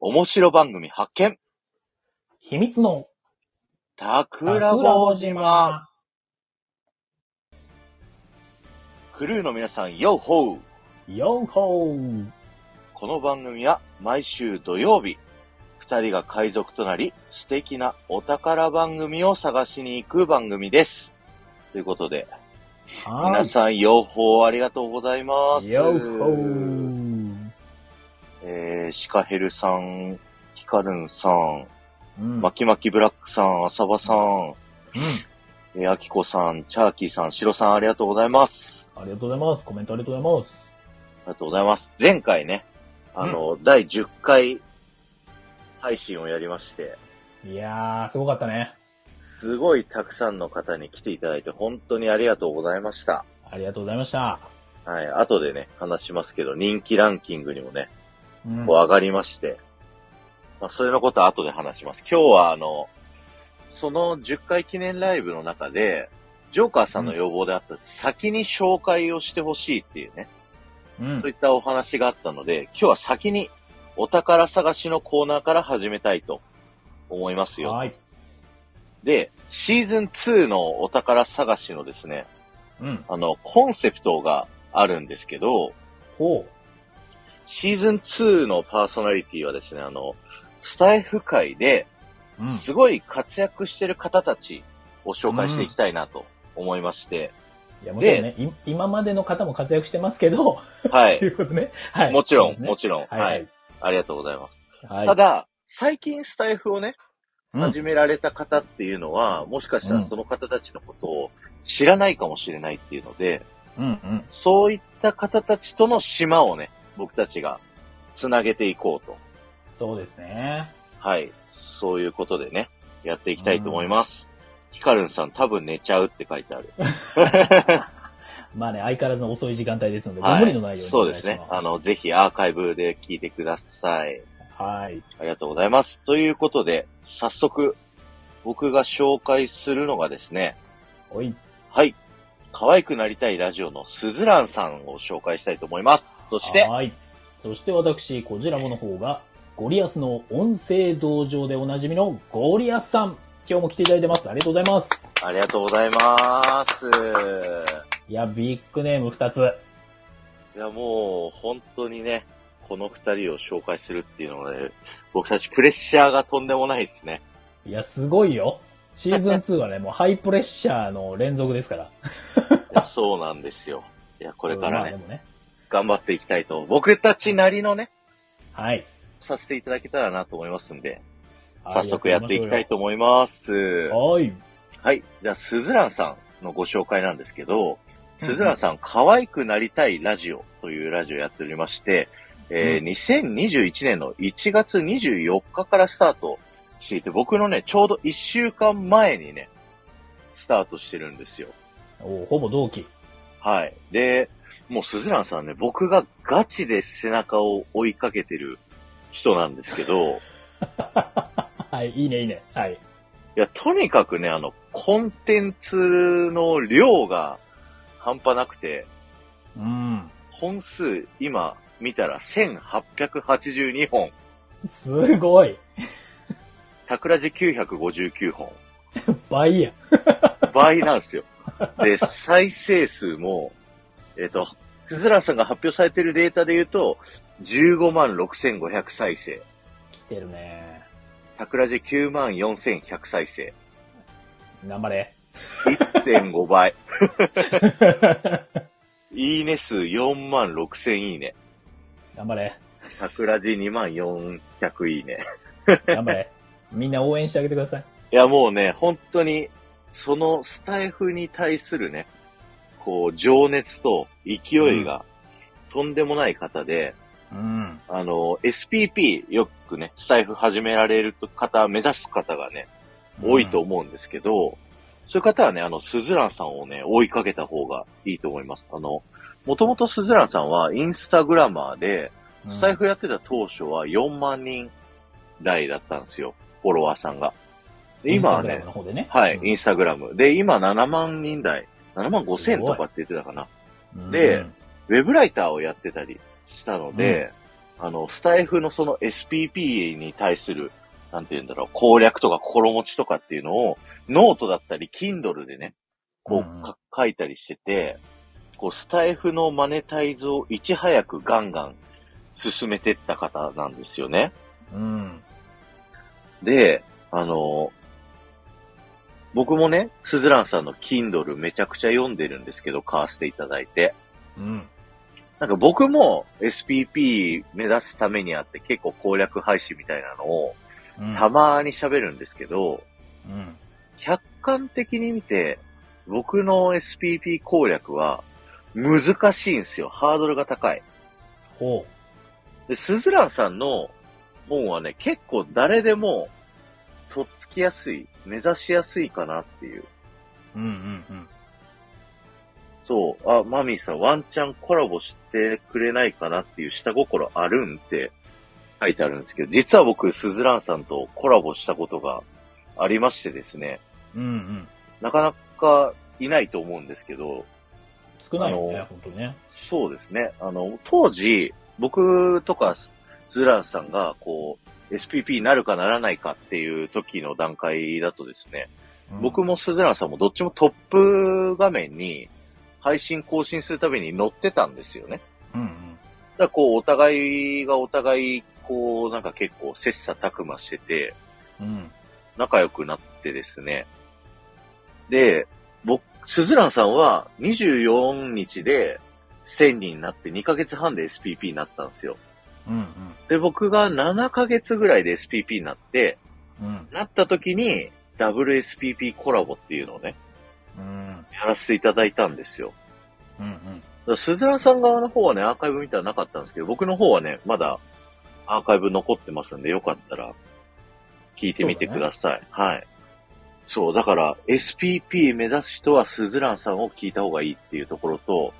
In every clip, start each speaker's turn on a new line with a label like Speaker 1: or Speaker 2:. Speaker 1: 面白番組発見
Speaker 2: 秘密の
Speaker 1: 桜坊島クルーの皆さん、ヨッホー
Speaker 2: ヨーホー
Speaker 1: この番組は毎週土曜日、二人が海賊となり、素敵なお宝番組を探しに行く番組です。ということで、
Speaker 2: は
Speaker 1: 皆さん、ヨッホーありがとうございます。
Speaker 2: ヨーホー
Speaker 1: えー、シカヘルさん、ヒカルンさん、
Speaker 2: うん
Speaker 1: マキマキブラックさん、浅場さん、
Speaker 2: うん
Speaker 1: えー、アキコさん、チャーキーさん、シロさん、ありがとうございます。
Speaker 2: ありがとうございます。コメントありがとうございます。
Speaker 1: ありがとうございます。前回ね、あの、第10回配信をやりまして、
Speaker 2: いやー、すごかったね。
Speaker 1: すごいたくさんの方に来ていただいて、本当にありがとうございました。
Speaker 2: ありがとうございました。
Speaker 1: はい、後でね、話しますけど、人気ランキングにもね、
Speaker 2: うん
Speaker 1: こう上がりまして、まあ、それのことは後で話します。今日はあの、その10回記念ライブの中で、ジョーカーさんの要望であった、先に紹介をしてほしいっていうね、
Speaker 2: うん
Speaker 1: そういったお話があったので、今日は先にお宝探しのコーナーから始めたいと思いますよ。
Speaker 2: はい。
Speaker 1: で、シーズン2のお宝探しのですね、
Speaker 2: うん。
Speaker 1: あの、コンセプトがあるんですけど、
Speaker 2: ほ
Speaker 1: シーズン2のパーソナリティはですね、あの、スタイフ界で
Speaker 2: う。うん。
Speaker 1: すごい活躍してる方たちを紹介していきたいなと思いまして、
Speaker 2: いや、もちろんね、い今までの方も活躍してますけど、
Speaker 1: は
Speaker 2: と
Speaker 1: い。
Speaker 2: いうことね。はい。
Speaker 1: もちろん、
Speaker 2: そうですね
Speaker 1: もちろん、
Speaker 2: は
Speaker 1: はいい。ありがとうございます。
Speaker 2: はい。
Speaker 1: た
Speaker 2: だ、
Speaker 1: だ、最近スタイフをね、
Speaker 2: うん
Speaker 1: 始められた方っていうのは、もしかしたらその方たちのことを知らないかもしれないっていうので、
Speaker 2: うんうん。
Speaker 1: そういった方たちとの島をね、僕たちがつなげていこうと。
Speaker 2: そうですね。
Speaker 1: はい。そういうことでね、やっていきたいと思います。ヒカルンさん多分寝ちゃうって書いてある。
Speaker 2: まあね、相変わらずの遅い時間帯ですので、ご
Speaker 1: はい
Speaker 2: 無理のないようにお
Speaker 1: そう
Speaker 2: 願い
Speaker 1: で
Speaker 2: します
Speaker 1: すね。あの、ぜひアーカイブで聞いてください。
Speaker 2: はい。
Speaker 1: ありがとうございます。ということで、早速、僕が紹介するのがですね、
Speaker 2: おい。
Speaker 1: はい。可愛くなりたいラジオのスズランさんを紹介したいと思います。そして、
Speaker 2: はい。そして私、こちらもの方が、ゴリアスの音声道場でおなじみのゴリアスさん。今日も来ていただいてます。ありがとうございます。
Speaker 1: ありがとうございます。
Speaker 2: いや、ビッグネーム2つ。
Speaker 1: いや、もう、本当にね、この二人を紹介するっていうので、僕たちプレッシャーがとんでもないですね。
Speaker 2: いや、すごいよ。シーズン2 はね、もうハイプレッシャーの連続ですから。
Speaker 1: いやそうなんですよ。いや、これから
Speaker 2: まあで
Speaker 1: ね、
Speaker 2: もね。
Speaker 1: 頑張っていきたいと、僕たちなりのね、
Speaker 2: はい。
Speaker 1: させていただけたらなと思いますんで、早速やっていきたいと思います。
Speaker 2: はい。
Speaker 1: はい。じゃあ、スズランさんのご紹介なんですけど、スズランさん、可愛くなりたいラジオというラジオやっておりまして、えー
Speaker 2: う
Speaker 1: 2021年の1月24日からスタートしていて、僕のね、ちょうど1週間前にね、スタートしてるんですよ。
Speaker 2: おほぼ同期。
Speaker 1: はい。で、もうスズランさんね、僕がガチで背中を追いかけてる人なんですけ ど、い
Speaker 2: はい、いいね、いいね。はい。
Speaker 1: や、とにかくね、あの、コンテンツの量が半端なくて、
Speaker 2: うん。
Speaker 1: 本数、今、見たら1882本。
Speaker 2: すごい。
Speaker 1: 桜地959本。
Speaker 2: 倍や。
Speaker 1: 倍なんですよ。で、再生数も、えっ、と、鈴蘭さんが発表されてるデータで言うと、15万6500再生。
Speaker 2: 来てるね。
Speaker 1: 桜地9万4100再生。
Speaker 2: 頑張れ。
Speaker 1: 1.5倍。いいね数4万6000いいね。
Speaker 2: 頑張れ。
Speaker 1: 桜地2万400いいね。
Speaker 2: 頑張れ。みんな応援してあげてください。
Speaker 1: いや、もうね、本当に、そのスタイフに対するね、こう、情熱と勢いが、とんでもない方で、
Speaker 2: うん。
Speaker 1: あの、SPP、よくね、スタイフ始められる方、目指す方がね、多いと思うんですけど、そういう方はね、あの、スズランさんをね、追いかけた方がいいと思います。あの、もともとスズランさんはインスタグラマーで、
Speaker 2: うん。
Speaker 1: スタイフやってた当初は4万人台だったんですよ、フォロワーさんが。で今は
Speaker 2: インスタグラ
Speaker 1: ね
Speaker 2: ム、の方でね。
Speaker 1: はい、
Speaker 2: うん
Speaker 1: インスタグラム。で、今7万人台、7万5千とかって言ってたかな。で
Speaker 2: うん
Speaker 1: ウェブライターをやってたりしたので、あの、スタイフのその SPP に対する、なんて言うんだろう、攻略とか心持ちとかっていうのを、ノートだったり、Kindle でね、こ
Speaker 2: うん
Speaker 1: うか書いたりしてて、こう、スタイフのマネタイズをいち早くガンガン進めてった方なんですよね。
Speaker 2: うん。
Speaker 1: で、あの、僕もね、スズランさんの Kindle めちゃくちゃ読んでるんですけど、買わせていただいて。
Speaker 2: うん。
Speaker 1: なんか僕も SPP 目指すためにあって結構攻略配信みたいなのを
Speaker 2: うん。
Speaker 1: たまに喋るんですけど、
Speaker 2: うん。
Speaker 1: 客観的に見て僕の SPP 攻略は難しいんですよ。ハードルが高い。
Speaker 2: ほ
Speaker 1: で、スズランさんの本はね、結構誰でもとっつきやすい、目指しやすいかなっていう。
Speaker 2: う。うんうんうん。
Speaker 1: そう、あ、マミーさん、ワンチャンコラボしてくれないかなっていう下心あるんって書いてあるんですけど、実は僕、スズランさんとコラボしたことがありましてですね、
Speaker 2: うんうん。
Speaker 1: なかなかいないと思うんですけど、
Speaker 2: 少ないよ
Speaker 1: あ
Speaker 2: ね、
Speaker 1: の
Speaker 2: 本当にね。
Speaker 1: そうですね、あの、当時、僕とかスズランさんが、こう、SPP になるかならないかっていう時の段階だとですね、
Speaker 2: うん
Speaker 1: 僕。もスズランさんもどっちもトップ画面に配信更新するたびに載ってたんですよね。
Speaker 2: うんうん。
Speaker 1: だからこう、お互いがお互い、こう、なんか結構切磋琢磨してて、
Speaker 2: うん。
Speaker 1: 仲良くなってですね。で、僕、スズランさんは24日で1000人になって2ヶ月半で SPP になったんですよ。
Speaker 2: うん
Speaker 1: で、僕が7ヶ月ぐらいで SPP になって、
Speaker 2: うん。うん。
Speaker 1: なった時に、ダブル SPP コラボっていうのをね、
Speaker 2: うん。
Speaker 1: やらせていただいたんですよ。
Speaker 2: うん
Speaker 1: だからスズランさん側の方はね、アーカイブみたいなのなかったんですけど、僕の方はね、まだアーカイブ残ってますんで、よかったら聞いてみてください。はい。そう、だから、SPP 目指す人はスズランさんを聞いた方がいいっていうところと、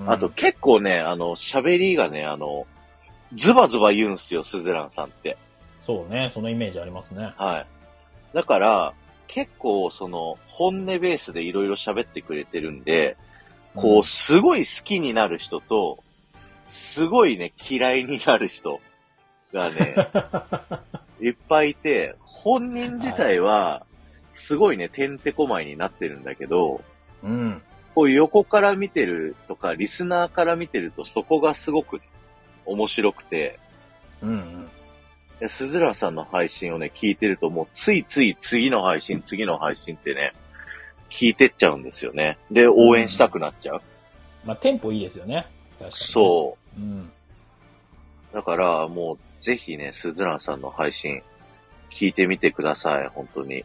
Speaker 2: うん。
Speaker 1: あと結構ね、あの、喋りがね、あの、ズバズバ言うんすよ、スズランさんって。
Speaker 2: そうね、そのイメージありますね。
Speaker 1: はい。だから、結構、その、本音ベースでいろいろ喋ってくれてるんで、こう、すごい好きになる人と、すごいね、嫌いになる人が ね、いっぱいいて、本人自体は、すごいね、てんてこまいになってるんだけど、
Speaker 2: うん。うん。
Speaker 1: こう横から見てるとか、リスナーから見てると、そこがすごく面白くて、
Speaker 2: うんうん。
Speaker 1: で鈴蘭さんの配信をね、聞いてると、もうついつい次の配信、次の配信ってね、聞いてっちゃうんですよね。で、応援したくなっちゃう。
Speaker 2: まあ、テンポいいですよね。確かに。
Speaker 1: そう。
Speaker 2: う。うん。
Speaker 1: だから、もう、ぜひね、スズランさんの配信、聞いてみてください、本当に。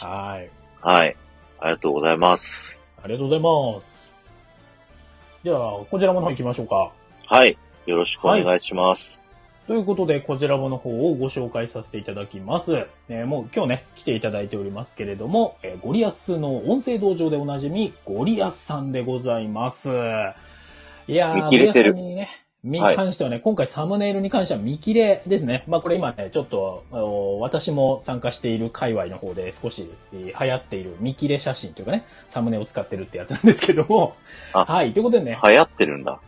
Speaker 2: はい。
Speaker 1: はい。ありがとうございます。
Speaker 2: ありがとうございます。じゃあ、こちらもの方行きましょうか。
Speaker 1: はい。よろしくお願いします。
Speaker 2: ということで、こちらもの方をご紹介させていただきます。えーもう今日ね、来ていただいておりますけれども、えーゴリアスの音声道場でおなじみ、ゴリアスさんでございます。いやー、
Speaker 1: 見切れてる
Speaker 2: ゴリアスさんにね、に
Speaker 1: はい
Speaker 2: 関してはね、今回サムネイルに関しては見切れですね。まあこれ今ね、ちょっと、あの私も参加している界隈の方で少しえー流行っている見切れ写真というかね、サムネを使ってるってやつなんですけども。
Speaker 1: あ
Speaker 2: はい、ということでね、
Speaker 1: 流行ってるんだ。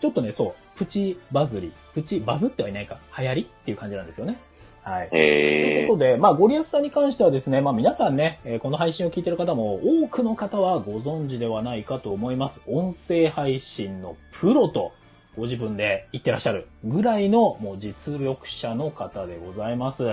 Speaker 2: ちょっとね、そう、プチバズり、プチバズってはいないか、流行りっていう感じなんですよね。はい。とい
Speaker 1: へ
Speaker 2: う
Speaker 1: え
Speaker 2: こ。とで、まあ、ゴリアスさんに関してはですね、まあ、皆さんね、えーこの配信を聞いてる方も、多くの方はご存知ではないかと思います。音声配信のプロと、ご自分で言ってらっしゃるぐらいの、もう実力者の方でございます。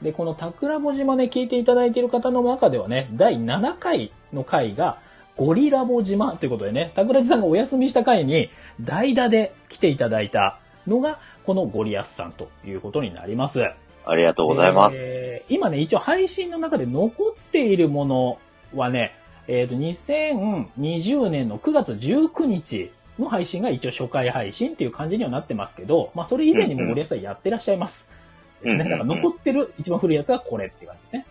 Speaker 2: で、この桜ぼ島ね、聞いていただいている方の中ではね、第7回の回が、ゴリラボ島ということでね、桜地さんがお休みした回に、代打で来ていただいたのが、このゴリアスさんということになります。
Speaker 1: ありがとうございます。
Speaker 2: えー今ね、一応配信の中で残っているものはね、えっ、と、2020年の9月19日の配信が一応初回配信っていう感じにはなってますけど、まあ、それ以前にも森保さんやってらっしゃいます。
Speaker 1: うん
Speaker 2: ですね。だから残ってる一番古いやつがこれっていう感じですね。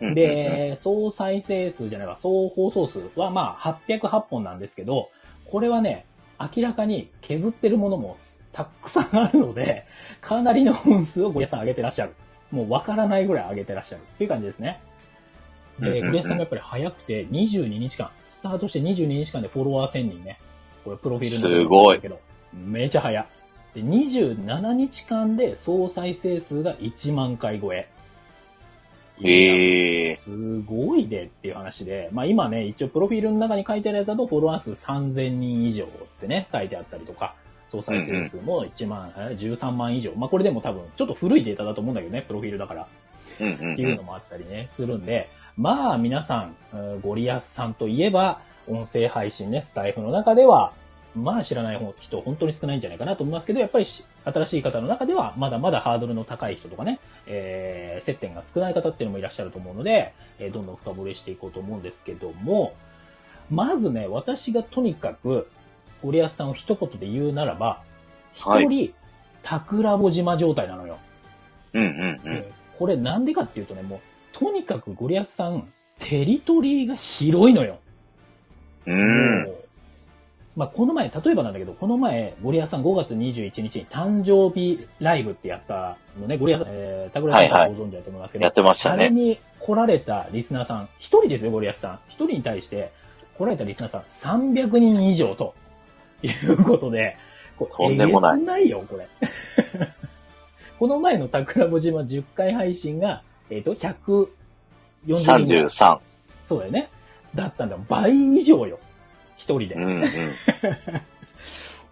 Speaker 1: うんうんうん
Speaker 2: で、総再生数じゃないわ、総放送数はまあ808本なんですけど、これはね、明らかに削ってるものもたくさんあるので、かなりの本数をゴリアスさん上げてらっしゃる。もうわからないぐらい上げてらっしゃるっていう感じですね。
Speaker 1: うんうん
Speaker 2: で、
Speaker 1: うん
Speaker 2: ゴリアスさんがやっぱり早くて22日間、スタートして22日間でフォロワー1000人ね。これプロフィールのところ
Speaker 1: すごい
Speaker 2: だけど、めちゃ早。で、27日間で総再生数が1万回超え。
Speaker 1: ええ
Speaker 2: すごいでっていう話で、まあ今ね、一応プロフィールの中に書いてあるやつだとフォロワー数3000人以上ってね、書いてあったりとか、総再生数も1万、え13万以上。まあこれでも多分、ちょっと古いデータだと思うんだけどね、プロフィールだから。
Speaker 1: うんうん
Speaker 2: っていうのもあったりね、するんで、まあ皆さん、えーゴリアスさんといえば、音声配信ね、スタイフの中では、まあ知らない人、本当に少ないんじゃないかなと思いますけど、やっぱりし新しい方の中では、まだまだハードルの高い人とかね、えー接点が少ない方っていうのもいらっしゃると思うので、えーどんどん深掘りしていこうと思うんですけども、まずね、私がとにかく、ゴリアスさんを一言で言うならば、一
Speaker 1: はい
Speaker 2: 人、桜ぼ島状態なのよ。
Speaker 1: うんうんうん。
Speaker 2: これなんでかっていうとね、もう、とにかくゴリアスさん、テリトリーが広いのよ。
Speaker 1: うん。
Speaker 2: もうまあ、この前、例えばなんだけど、この前、ゴリアスさん5月21日に誕生日ライブってやったのね、ゴリアス、えー、タグラさん
Speaker 1: は
Speaker 2: はいご存知だと思いますけど、
Speaker 1: やってました
Speaker 2: あれ
Speaker 1: ね。
Speaker 2: に来られたリスナーさん、一人ですよ、ゴリアスさん。一人に対して、来られたリスナーさん300人以上ということで、こう
Speaker 1: とんでもない
Speaker 2: えげつないよ、これ。 この前の桜子島10回配信が、えっ、と、140人ぐらい。
Speaker 1: 33。
Speaker 2: そうだよね。だったんだよ。倍以上よ。一人で。
Speaker 1: うんうん。
Speaker 2: っ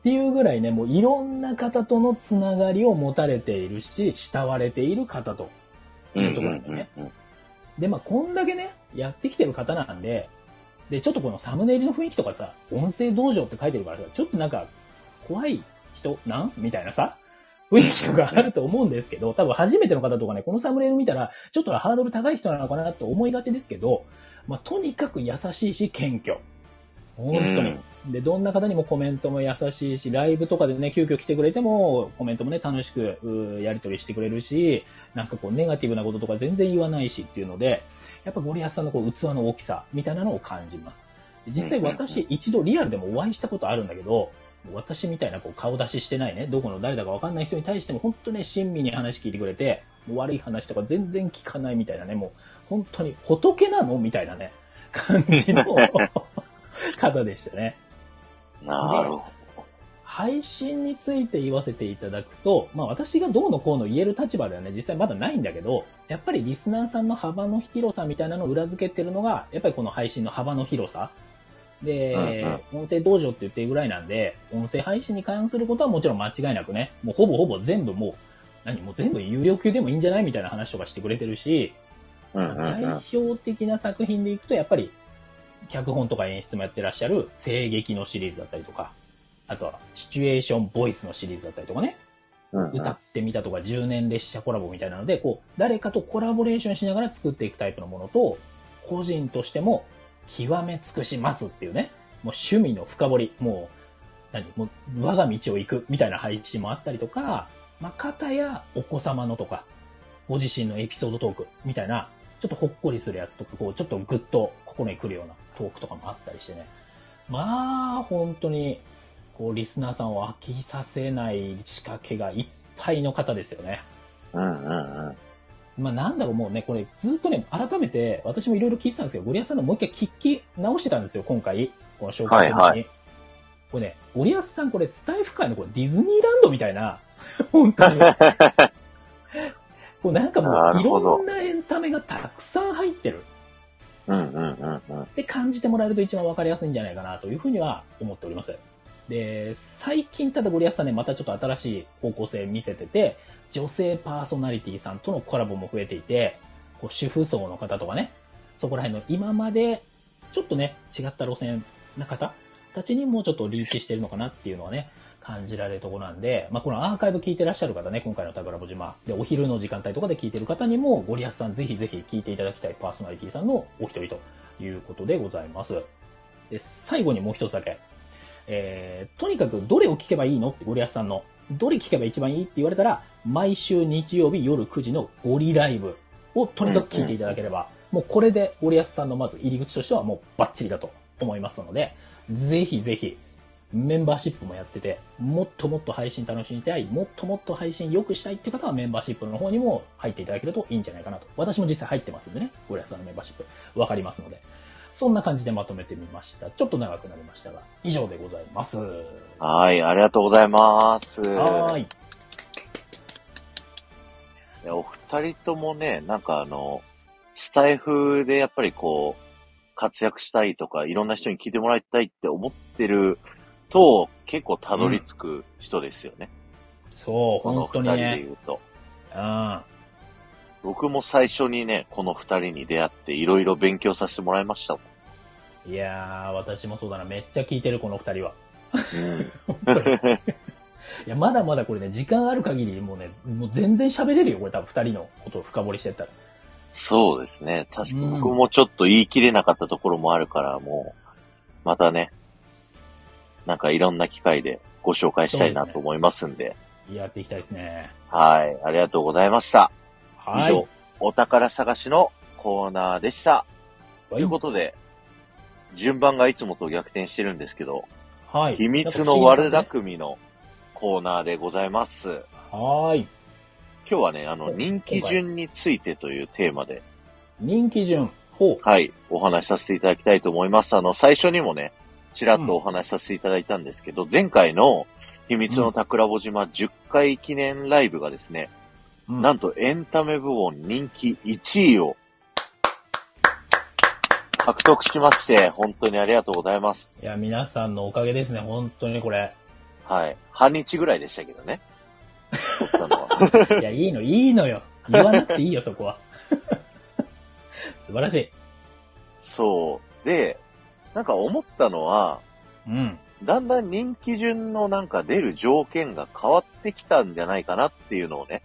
Speaker 2: ていうぐらいね、もういろんな方とのつながりを持たれているし、慕われている方と
Speaker 1: うん
Speaker 2: いうところなんだよね。で、まあ、こんだけね、やってきてる方なんで、で、ちょっとこのサムネイルの雰囲気とかさ、音声道場って書いてるからさ、ちょっとなんか、怖い人なんみたいなさ、雰囲気とかあると思うんですけど、多分初めての方とかね、このサムネイル見たら、ちょっとハードル高い人なのかなと思いがちですけど、まあ、とにかく優しいし、謙虚。本当に。で、どんな方にもコメントも優しいし、ライブとかでね、急遽来てくれても、コメントもね、楽しく、うーやり取りしてくれるし、なんかこう、ネガティブなこととか全然言わないしっていうので、やっぱ森保さんのこう、器の大きさ、みたいなのを感じます。で実際
Speaker 1: うんうんうん
Speaker 2: 私、一度リアルでもお会いしたことあるんだけど、私みたいなこう顔出ししてないね、どこの誰だかわかんない人に対しても本当ね、親身に話聞いてくれて、もう悪い話とか全然聞かないみたいなね、もう本当に仏なのみたいなね、感 じの方でしたね。
Speaker 1: なるほ
Speaker 2: 配信について言わせていただくと、まあ私がどうのこうの言える立場ではね、実際まだないんだけど、やっぱりリスナーさんの幅の広さみたいなのを裏付けてるのが、やっぱりこの配信の幅の広さ。で、音声道場って言ってるぐらいなんで、音声配信に関することはもちろん間違いなくね、もうほぼほぼ全部もう、何もう全部有料級でもいいんじゃないみたいな話とかしてくれてるし、
Speaker 1: ど。うんうん
Speaker 2: 代
Speaker 1: うん。
Speaker 2: 表的な作品でいくと、やっぱり、脚本とか演出もやってらっしゃる、声劇のシリーズだったりとか、あとは、シチュエーションボイスのシリーズだったりとかね、
Speaker 1: うんうん
Speaker 2: 歌ってみたとか、10年列車コラボみたいなので、こう、誰かとコラボレーションしながら作っていくタイプのものと、個人としても、極め尽くしますっていうね、もう趣味の深掘り、もう、何もう、我が道を行くみたいな配置もあったりとか、まあ、方やお子様のとか、ご自身のエピソードトークみたいな、ちょっとほっこりするやつとか、こう、ちょっとグッと心に来るようなトークとかもあったりしてね。まあ、本当に、こう、リスナーさんを飽きさせない仕掛けがいっぱいの方ですよね。
Speaker 1: うんうんうん。
Speaker 2: まあ、なんだろう、もうね、これ、ずっとね、改めて、私もいろいろ聞いてたんですけど、ゴリアスさんのもう一回聞き直してたんですよ、今回。この紹介するのに。
Speaker 1: はい
Speaker 2: これね、ゴリアスさん、これ、スタイフ界のこれディズニーランドみたいな、 本当 に。こうなんかも
Speaker 1: な
Speaker 2: う、い
Speaker 1: るほど
Speaker 2: ろんなエンタメがたくさん入ってる。
Speaker 1: うんうんうんうん。
Speaker 2: って感じてもらえると一番わかりやすいんじゃないかなというふうには思っております。で、最近ただゴリアスさんね、またちょっと新しい方向性見せてて、女性パーソナリティさんとのコラボも増えていて、こう主婦層の方とかね、そこら辺の今までちょっとね、違った路線な方たちにもうちょっとリーチしてるのかなっていうのはね、感じられるところなんで、まあ、このアーカイブ聞いてらっしゃる方ね、今回のタグラボ島で、お昼の時間帯とかで聞いてる方にも、ゴリアスさんぜひぜひ聞いていただきたいパーソナリティさんのお一人ということでございます。で、最後にもう一つだけ。えー、とにかくどれを聞けばいいのってゴリアスさんの。どれ聞けば一番いいって言われたら、毎週日曜日夜9時のゴリライブをとにかく聞いていただければ、もうこれでゴリアスさんのまず入り口としてはもうバッチリだと思いますので、ぜひぜひ、メンバーシップもやってて、もっともっと配信楽しみたい、もっともっと配信良くしたいっていう方はメンバーシップの方にも入っていただけるといいんじゃないかなと。私も実際入ってますんでね、ゴリアスさんのメンバーシップわかりますので。そんな感じでまとめてみました。ちょっと長くなりましたが、以上でございます。
Speaker 1: はい、ありがとうございます。
Speaker 2: はーい。
Speaker 1: いやお二人ともね、なんかあの、スタイフでやっぱりこう、活躍したいとか、いろんな人に聞いてもらいたいって思ってると、結構たどり着く人ですよね。
Speaker 2: そう、
Speaker 1: この
Speaker 2: 本当
Speaker 1: 二
Speaker 2: に
Speaker 1: 人で
Speaker 2: ね。
Speaker 1: 言うと。
Speaker 2: うん。
Speaker 1: 僕も最初にね、この二人に出会っていろいろ勉強させてもらいましたもん。
Speaker 2: いやー、私もそうだな。めっちゃ聞いてる、この二人は。
Speaker 1: うん、
Speaker 2: 本当 に。いや、まだまだこれね、時間ある限り、もうね、もう全然喋れるよ、これ多分二人のことを深掘りしてったら。
Speaker 1: そうですね。確か
Speaker 2: うん
Speaker 1: 僕もちょっと言い切れなかったところもあるから、もう、またね、なんかいろんな機会でご紹介したいなと思いますんで、
Speaker 2: やっていきたいですね。
Speaker 1: はい、ありがとうございました。
Speaker 2: は
Speaker 1: 以
Speaker 2: い。
Speaker 1: 上、お宝探しのコーナーでした。ということで、順番がいつもと逆転してるんですけど、
Speaker 2: はい。
Speaker 1: 秘密の悪巧みのコーナーでございます。
Speaker 2: はーい。
Speaker 1: 今日はね、あの、
Speaker 2: はい
Speaker 1: 人気順についてというテーマで、
Speaker 2: 人気順。ほ
Speaker 1: はい、お話しさせていただきたいと思います。あの、最初にもね、ちらっとお話しさせていただいたんですけど、前回の秘密の桜穂島10回記念ライブがですね、
Speaker 2: う。う
Speaker 1: なんとエンタメ部門人気1位を獲得しまして、本当にありがとうございます。
Speaker 2: いや、皆さんのおかげですね、本当にねこれ。
Speaker 1: はい。半日ぐらいでしたけどね。取ったの は。
Speaker 2: いや、いいの、いいのよ。言わなく ていいよ、そこは。 素晴らしい。
Speaker 1: そう。で、なんか思ったのは、
Speaker 2: うん。
Speaker 1: だんだん人気順のなんか出る条件が変わってきたんじゃないかなっていうのをね、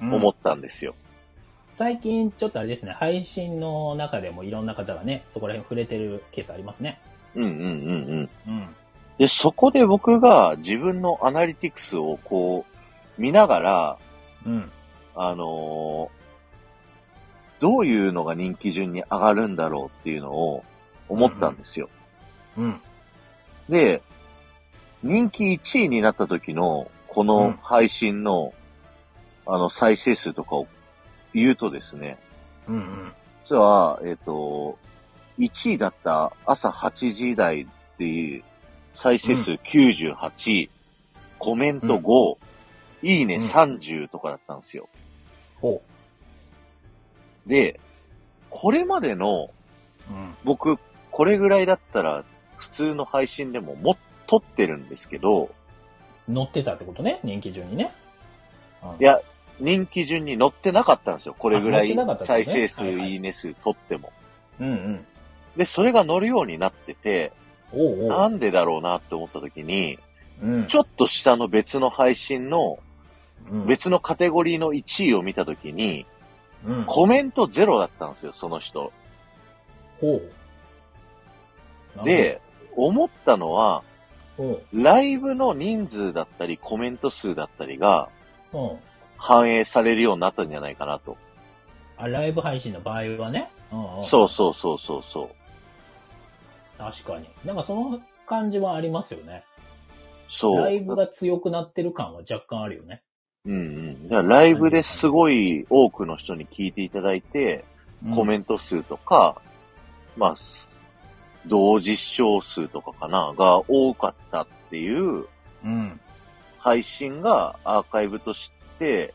Speaker 2: うん
Speaker 1: 思ったんですよ。
Speaker 2: 最近、ちょっとあれですね、配信の中でもいろんな方がね、そこら辺触れてるケースありますね。
Speaker 1: うんうんうんうん。
Speaker 2: うん。
Speaker 1: で、そこで僕が自分のアナリティクスをこう、見ながら、
Speaker 2: うん。
Speaker 1: あのーどういうのが人気順に上がるんだろうっていうのを思ったんですよ。
Speaker 2: うん。
Speaker 1: で、人気1位になった時の、こ
Speaker 2: う
Speaker 1: の
Speaker 2: ん
Speaker 1: 配信の、あの、再生数とかを言うとですね、
Speaker 2: うんうん。
Speaker 1: 実は、えっ、と、1位だった朝8時台っていう、再生数98、コメント5、いいね
Speaker 2: うん
Speaker 1: 30とかだったんですよ。
Speaker 2: ほ
Speaker 1: で、これまでの、
Speaker 2: う。うん。
Speaker 1: 僕、これぐらいだったら、普通の配信でもも、撮ってるんですけど、
Speaker 2: 乗ってたってことね、人気順にね。
Speaker 1: い
Speaker 2: うん
Speaker 1: や人気順に載ってなかったんですよ。これぐらい
Speaker 2: あ載ってなかったって
Speaker 1: 再生
Speaker 2: ね
Speaker 1: 数、
Speaker 2: はいはい
Speaker 1: いいね数撮っても。
Speaker 2: うんうん。
Speaker 1: で、それが乗るようになってて、
Speaker 2: おうお
Speaker 1: な
Speaker 2: う。
Speaker 1: んでだろうなって思った時に、
Speaker 2: うん
Speaker 1: ちょっと下の別の配信の、
Speaker 2: うん
Speaker 1: 別のカテゴリーの1位を見た時に、
Speaker 2: うん。ほ
Speaker 1: コメントゼロだったんですよ、その人。
Speaker 2: う。
Speaker 1: で、思ったのは、
Speaker 2: なる
Speaker 1: ライブの人数だったり、コメント数だったりが
Speaker 2: ほど、うん。うん。
Speaker 1: 反映されるようになったんじゃないかなと。
Speaker 2: あ、ライブ配信の場合はね。うんうん。
Speaker 1: そうそうそうそうそう。
Speaker 2: 確かに。なんかその感じはありますよね。
Speaker 1: そう。
Speaker 2: ライブが強くなってる感は若干あるよね。
Speaker 1: うんうん。だからライブですごい多くの人に聞いていただいて、コメント数とか、まあ、同時視聴数とかかな、が多かったっていう
Speaker 2: うん。
Speaker 1: 配信がアーカイブとして、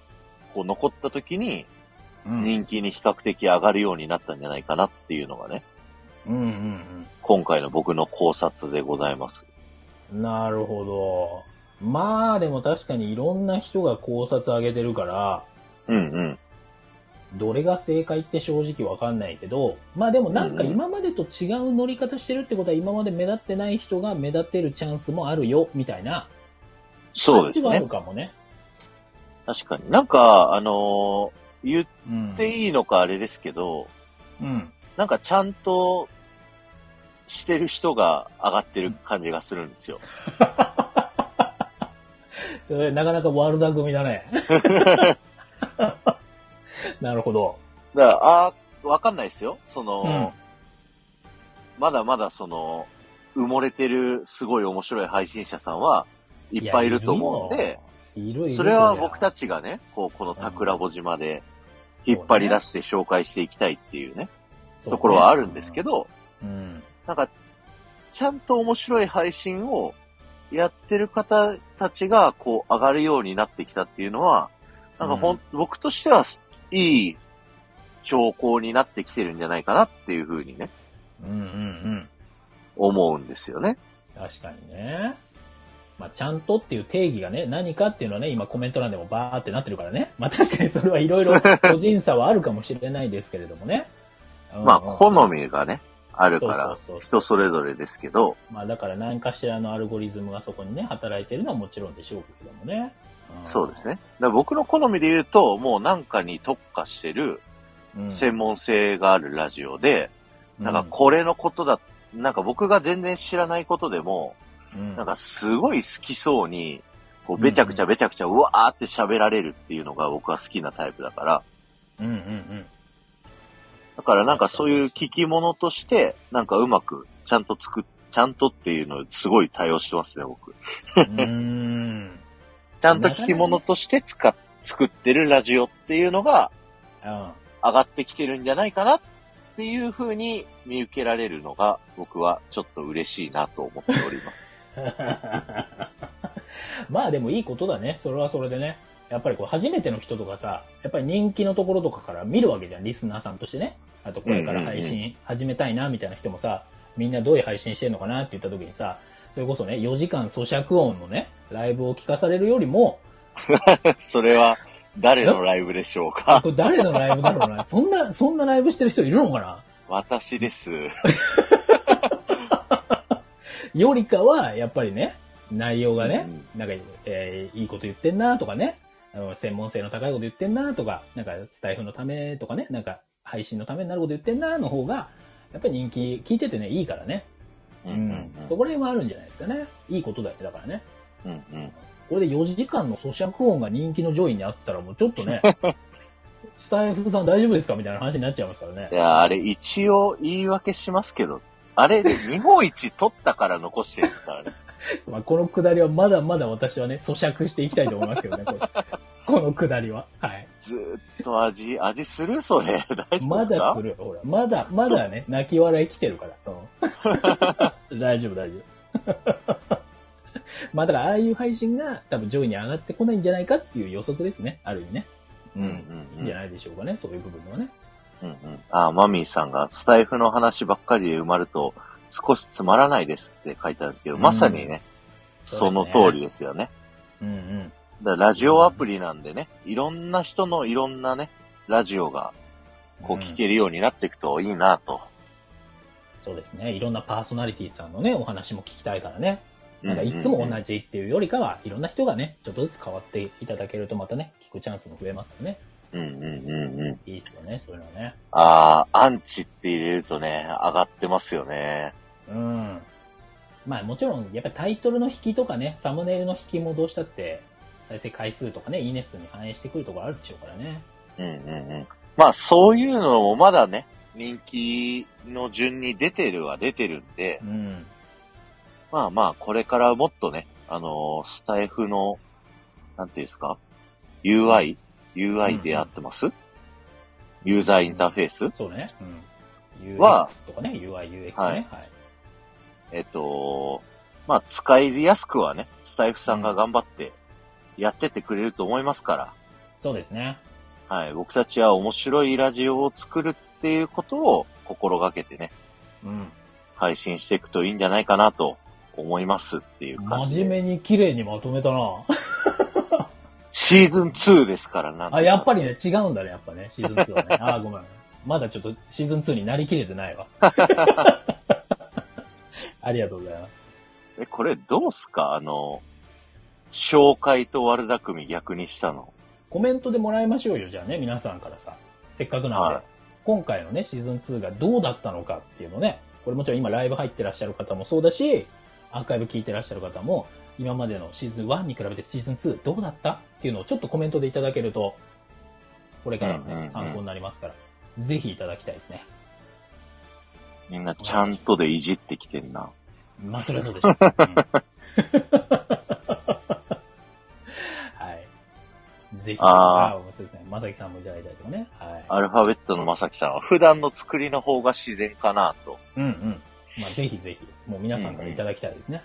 Speaker 1: こう残った時に
Speaker 2: うん。うん
Speaker 1: 人気に比較的上がるようになったんじゃないかなっていうのがね、
Speaker 2: うんうん
Speaker 1: 今回の僕の考察でございます。
Speaker 2: うん。なるほど。まあでも確かにいろんな人が考察上げてるから、
Speaker 1: うんうん。
Speaker 2: どれが正解って正直わかんないけど、まあでもなんか今までと違う乗り方してるってことは今まで目立ってない人が目立てるチャンスもあるよ、みたいな
Speaker 1: そう
Speaker 2: 感
Speaker 1: で
Speaker 2: じ
Speaker 1: す
Speaker 2: はある
Speaker 1: ね。
Speaker 2: かもね。
Speaker 1: 確かに。なんか、あのー言
Speaker 2: うん
Speaker 1: っていいのかあれですけど、
Speaker 2: うん。
Speaker 1: なんかちゃんとしてる人が上がってる感じがするんですよ。
Speaker 2: それなかなか悪巧みだ ね。なるほど。
Speaker 1: だから、あーわかんないですよ。その、
Speaker 2: うん
Speaker 1: まだまだその、埋もれてるすごい面白い配信者さんはいっぱいいると思うんで、
Speaker 2: いや。いるよいる
Speaker 1: それは僕
Speaker 2: ち。
Speaker 1: たちがね、こう、この桜穂島で引っ張り出して紹介していきたいっていうね、
Speaker 2: そう
Speaker 1: と
Speaker 2: ね
Speaker 1: ころはあるんですけ。ど、
Speaker 2: うん。
Speaker 1: なんか、ちゃんと面白い配信をやってる方たちが、こう、上がるようになってきたっていうのは、なんかほん、僕としては、いい兆候になってきてるんじゃないかなっていうふうにね、
Speaker 2: うんうんうん。
Speaker 1: 思うんですよね。
Speaker 2: 確かにね。まあ、ちゃんとっていう定義がね、何かっていうのはね、今コメント欄でもバーってなってるからね。まあ、確かにそれはいろいろ個人差はあるかもしれないですけれどもね。
Speaker 1: まあ、好
Speaker 2: の
Speaker 1: みがね、あるから、
Speaker 2: そうそうそう
Speaker 1: 人それぞれですけど、
Speaker 2: まあ、だから何かしらのアルゴリズムがそこにね、働いてるのはもちろんでしょうけどもね。ん
Speaker 1: そうです。ね。だから僕の好みで言うと、もうなんかに特化してる
Speaker 2: うん
Speaker 1: 専門性があるラジオで、なんかこれのことだ、なんか僕が全然知らないことでも、
Speaker 2: うん、
Speaker 1: なんかすごい好きそうに、こうべちゃくちゃべちゃくちゃうわーって喋られるっていうのが僕は好きなタイプだから、
Speaker 2: うんうんうん。
Speaker 1: だからなんかそういう聞き物として、なんかうまくちゃんと作っ、ちゃんとっていうのをすごい対応してますね、僕。
Speaker 2: うーん。
Speaker 1: ちゃんと聞き物として使っ、作ってるラジオっていうのが
Speaker 2: うん。
Speaker 1: 上がってきてるんじゃないかなっていう風に見受けられるのが僕はちょっと嬉しいなと思っております。
Speaker 2: まあでもいいことだね。それはそれでね。やっぱりこう初めての人とかさ、やっぱり人気のところとかから見るわけじゃん。リスナーさんとしてね。あとこれから配
Speaker 1: うん
Speaker 2: 信始めたいなみたいな人もさ、みんなどういう配信してるのかなって言った時にさ、それこそね、4時間咀嚼音のね、ライブを聞かされるよりも、
Speaker 1: それは誰のライブでしょうか
Speaker 2: これ誰のライブだろ うな。そんな、そんなライブしてる人いるのかな
Speaker 1: 私です。
Speaker 2: よりかは、やっぱりね、内容がね
Speaker 1: うん、
Speaker 2: なんか、えーいいこと言ってんなとかね、あの、専門性の高いこと言ってんなとか、なんか、スタイフのためとかね、なんか、配信のためになること言ってんなの方が、やっぱり人気、聞いててね、いいからね。
Speaker 1: う
Speaker 2: そこら辺はあるんじゃないですかね。いいことだよ、だからね。
Speaker 1: うんうん
Speaker 2: これで4時間の咀嚼音が人気の上位にあってたら、もうちょっと ね、スタイフさん大丈夫ですかみたいな話になっちゃいますからね
Speaker 1: い。や、あれ一応言い訳しますけど、あれで日本一取ったから残してるんですから ね。
Speaker 2: まあ、このくだりはまだまだ私はね、咀嚼していきたいと思いますけどね、これこのくだりは。はい。
Speaker 1: ずーっと味、味するそれ。 大丈夫
Speaker 2: ま
Speaker 1: ですか
Speaker 2: だするよ、ほら。まだ、まだね、泣き笑い来てるから。う ん大丈夫、大丈夫。 まあ、だから、ああいう配信が多分上位に上がってこないんじゃないかっていう予測ですね、ある意味ね。う。
Speaker 1: うんうんんう
Speaker 2: いいん
Speaker 1: ん
Speaker 2: じゃないでしょうかね、そういう部分はね。
Speaker 1: うんうん。あ、マミーさんがスタイフの話ばっかりで埋まると少しつまらないですって書いてあるんですけど、まさにね、
Speaker 2: そう
Speaker 1: そ
Speaker 2: です
Speaker 1: の
Speaker 2: ね
Speaker 1: 通りですよね。
Speaker 2: うんうん。
Speaker 1: だからラジオアプリなんでね、いろんな人のいろんなね、ラジオがこう聞けるようになっていくといいなと。
Speaker 2: そうですね。いろんなパーソナリティさんのね、お話も聞きたいからね。なんかいつも同じっていうよりかは、いろんな人がね、ちょっとずつ変わっていただけるとまたね、聞くチャンスも増えますからね。
Speaker 1: うんうんうんうん。
Speaker 2: いいっすよね、そういうのはね。
Speaker 1: ああ、アンチって入れるとね、上がってますよね。
Speaker 2: うん。まあもちろん、やっぱりタイトルの引きとかね、サムネイルの引きもどうしたって、再生回数とかね、いいね数に反映してくるところあるでしょうからね。
Speaker 1: うんうんうん。まあそういうのもまだね、人気の順に出てるは出てるんで
Speaker 2: う、ん。
Speaker 1: まあまあこれからもっとね、あのースタイフの、なんていうんですか ?UI?UI でやってます、ユーザーインターフェース、
Speaker 2: そうね。うん。
Speaker 1: は
Speaker 2: UX とかね、UI、UX
Speaker 1: は
Speaker 2: ね
Speaker 1: い。
Speaker 2: はい。
Speaker 1: えっと、まあ使いやすくはね、スタイフさんが頑張ってやってってくれると思いますから、
Speaker 2: そうですね。
Speaker 1: はい、僕たちは面白いラジオを作るっていうことを心がけてね、
Speaker 2: うん。
Speaker 1: 配信していくといいんじゃないかなと思いますっていう感じで。
Speaker 2: 真面目に綺麗にまとめたな。
Speaker 1: シーズン2ですからなん
Speaker 2: あ、やっぱ
Speaker 1: り。
Speaker 2: りね、違うんだね、やっぱね、シーズン2は ね。あー、ごめん。まだちょっとシーズン2になりきれてないわ。ありがとうございます。
Speaker 1: え、これどうすかあの、紹介と悪巧み逆にしたの。
Speaker 2: コメントでもらいましょうよ、じゃあね、皆さんからさ。せっかくなんで、
Speaker 1: はい
Speaker 2: 今回のね、シーズン2がどうだったのかっていうのね、これもちろん今ライブ入ってらっしゃる方もそうだし、アーカイブ聞いてらっしゃる方も、今までのシーズン1に比べてシーズン2どうだったっていうのをちょっとコメントでいただけると、これからの
Speaker 1: う
Speaker 2: ね、
Speaker 1: んうんうん
Speaker 2: 参考になりますから、ぜひいただきたいですね。
Speaker 1: みんなちゃんとでいじってきてんな。
Speaker 2: まあ、そりゃそうでしょう。うん はい。ぜひ。
Speaker 1: あ
Speaker 2: あー。そうですね。まさきさんもいただいたりとかね。はい。
Speaker 1: アルファベットのまさきさんは普段の作りの方が自然かなと。
Speaker 2: うんうん。まあ、ぜひぜひ、もう皆さんからいただきたいですね。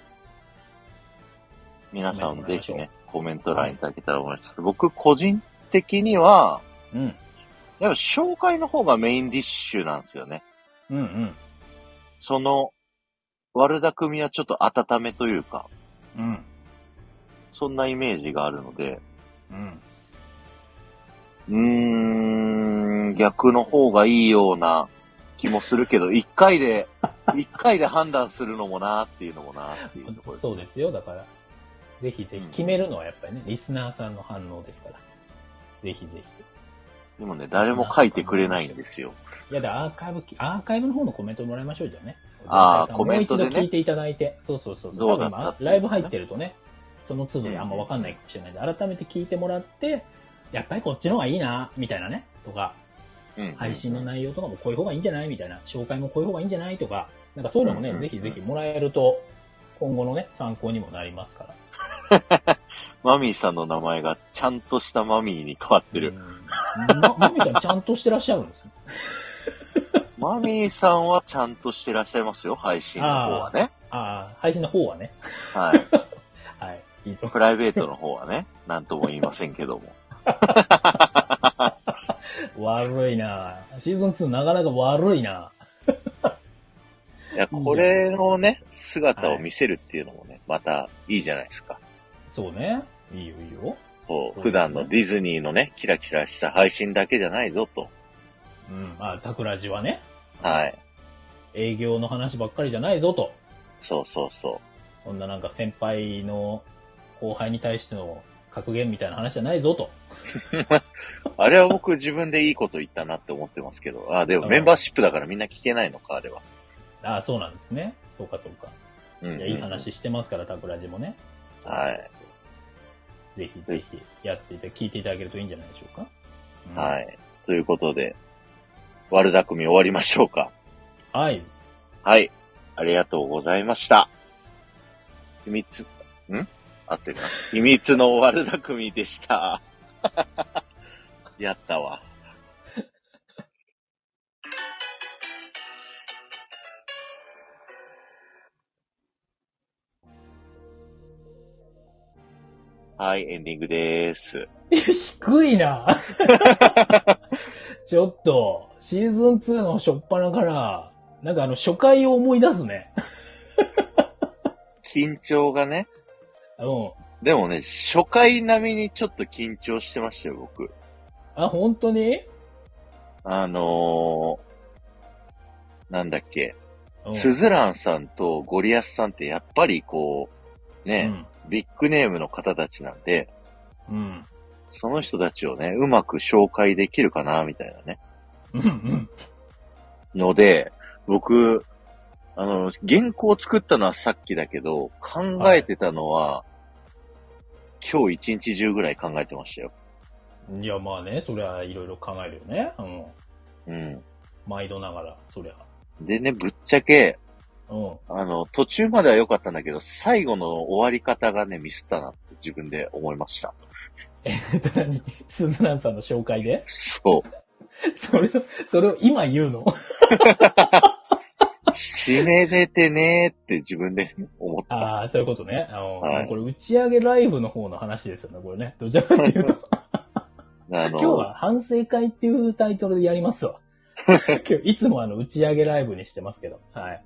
Speaker 1: 皆さんもぜひね、コメント欄いただけたら思います。僕個人的には、
Speaker 2: うん。
Speaker 1: やっぱ紹介の方がメインディッシュなんですよね。
Speaker 2: うんうん。
Speaker 1: その、悪巧みはちょっと温めというか、
Speaker 2: うん。
Speaker 1: そんなイメージがあるので、
Speaker 2: うん。
Speaker 1: うーん、逆の方がいいような気もするけ ど、一回で、一回で判断するのもなっていうのもなっていうところです。
Speaker 2: そうですよ。だから、ぜひぜひ、決めるのはやっぱりね、リスナーさんの反応ですから。ぜひぜひ。
Speaker 1: でもね、誰も書いてくれないんですよ。
Speaker 2: いや、で、アーカイブき、アーカイブの方のコメントもらいましょう、じゃあね。
Speaker 1: あー
Speaker 2: もう
Speaker 1: コメントでね
Speaker 2: 一度聞いていただいて。そうそうそう。
Speaker 1: どうだ
Speaker 2: 多
Speaker 1: った
Speaker 2: 分まあ
Speaker 1: っていう
Speaker 2: ライブ入ってるとね、その都度であんまわかんないかもしれないんで、改めて聞いてもらって、やっぱりこっちの方がいいな、みたいなね。とか、
Speaker 1: うん
Speaker 2: 配信の内容とかもこういう方がいいんじゃないみたいな、紹介もこういう方がいいんじゃないとか、なんかそういうのも
Speaker 1: うん
Speaker 2: ね、
Speaker 1: うん
Speaker 2: ぜひぜひもらえると、今後のね、参考にもなりますから。
Speaker 1: マミーさんの名前がちゃんとしたマミーに変わってる。
Speaker 2: うん。ま、まみちゃんちゃんとしてらっしゃるんですね。
Speaker 1: マミーさんはちゃんとしてらっしゃいますよ、配信の方はね。
Speaker 2: ああ、配信の方はね。
Speaker 1: はい。
Speaker 2: はい。いいと思います
Speaker 1: プライベートの方はね、 なんとも言いませんけども。
Speaker 2: 悪いなシーズン2なかなか悪いない
Speaker 1: や、これのね、姿を見せるっていうのもね、またいいじゃないですか。
Speaker 2: そうね。いいよ、いいよ。
Speaker 1: こ
Speaker 2: う
Speaker 1: う、
Speaker 2: ん
Speaker 1: 普段のディズニーのね、キラキラした配信だけじゃないぞと。
Speaker 2: うん。まあ、タクラジはね、
Speaker 1: はい。
Speaker 2: 営業の話ばっかりじゃないぞと。
Speaker 1: そうそうそ
Speaker 2: こんななんか先輩の後輩に対しての格言みたいな話じゃないぞと。
Speaker 1: う。あれは僕自分でいいこと言ったなって思ってますけど。あ、でもメンバーシップだからみんな聞けないのか、あれは。
Speaker 2: ああ、そうなんですね。そうか、そうか。
Speaker 1: うん、
Speaker 2: いや、いい。話してますから、タクラジもね。
Speaker 1: はい
Speaker 2: そう。ぜひぜひ、やっていた、聞いていただけるといいんじゃないでしょうか。うん
Speaker 1: はい。ということで、悪巧み終わりましょうか。
Speaker 2: はい。
Speaker 1: はい。ありがとうございました。秘密、ん合ってるな。秘密の悪巧みでした。やったわ。はい、エンディングです。
Speaker 2: 低いな ちょっと、シーズン2の初っ端から、なんかあの、初回を思い出すね。
Speaker 1: 緊張がね。
Speaker 2: うん。
Speaker 1: でもね、初回並みにちょっと緊張してましたよ、僕。
Speaker 2: あ、本当に
Speaker 1: あのー、なんだっけ、
Speaker 2: うん。
Speaker 1: スズランさんとゴリアスさんってやっぱりこう、
Speaker 2: う
Speaker 1: ね、
Speaker 2: ん。
Speaker 1: ビッグネームの方たちなんで、
Speaker 2: うん。
Speaker 1: その人たちをね、うまく紹介できるかな、みたいなね。
Speaker 2: うん。うん。
Speaker 1: ので、僕、あの、原稿作ったのはさっきだけど、考えてたのは、今日一日中ぐらい考えてましたよ。
Speaker 2: いや、まあね、そりゃ、いろいろ考えるよね。うん。
Speaker 1: うん。
Speaker 2: 毎度ながら、そりゃ。
Speaker 1: でね、ぶっちゃけ、
Speaker 2: うん。
Speaker 1: あの、途中までは良かったんだけど、最後の終わり方がね、ミスったなって自分で思いました。
Speaker 2: えっと、何スズランさんの紹介で
Speaker 1: そう。
Speaker 2: それ、それを今言うの
Speaker 1: 締め出てねーって自分で 思った。
Speaker 2: ああ、そういうことね。あの、
Speaker 1: はい
Speaker 2: これ打ち上げライブの方の話ですよね、これね。どちらかというと、
Speaker 1: あ
Speaker 2: 今日は反省会っていうタイトルでやります わ。今日いつもあの、打ち上げライブにしてますけど。はい。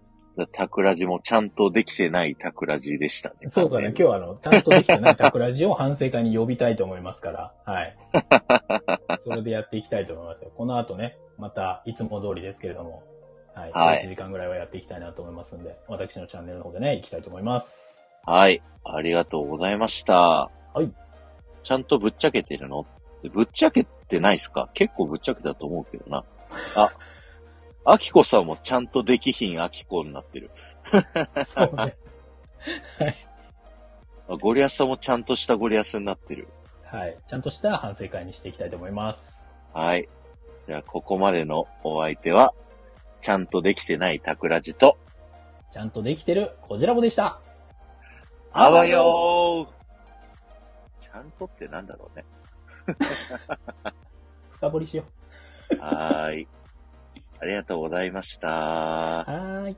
Speaker 1: タクラジもちゃんとできてないタクラジでしたね。
Speaker 2: そうかね、今日はあの、ちゃんとできてないタクラジを反省会に呼びたいと思いますから。 はい。それでやっていきたいと思いますよ。この後ね、またいつも通りですけれども、はい。
Speaker 1: はい
Speaker 2: 1時間ぐらいはやっていきたいなと思いますんで、私のチャンネルの方でね、行きたいと思います。
Speaker 1: はい。ありがとうございました。
Speaker 2: はい。
Speaker 1: ちゃんとぶっちゃけてるのぶっちゃけてないっすか結構ぶっちゃけたと思うけどな。あ、アキコさんもちゃんとできひんアキコになってる。
Speaker 2: そうね。
Speaker 1: あゴリアスさんもちゃんとしたゴリアスになってる。
Speaker 2: はい。ちゃんとした反省会にしていきたいと思います。
Speaker 1: はい。じゃあ、ここまでのお相手は、ちゃんとできてないタクラジと、
Speaker 2: ちゃんとできてる、こじらぼでした。
Speaker 1: あわよーちゃんとってなんだろうね。
Speaker 2: 深掘りしよ
Speaker 1: はーい。ありがとうございました
Speaker 2: う。。はーい。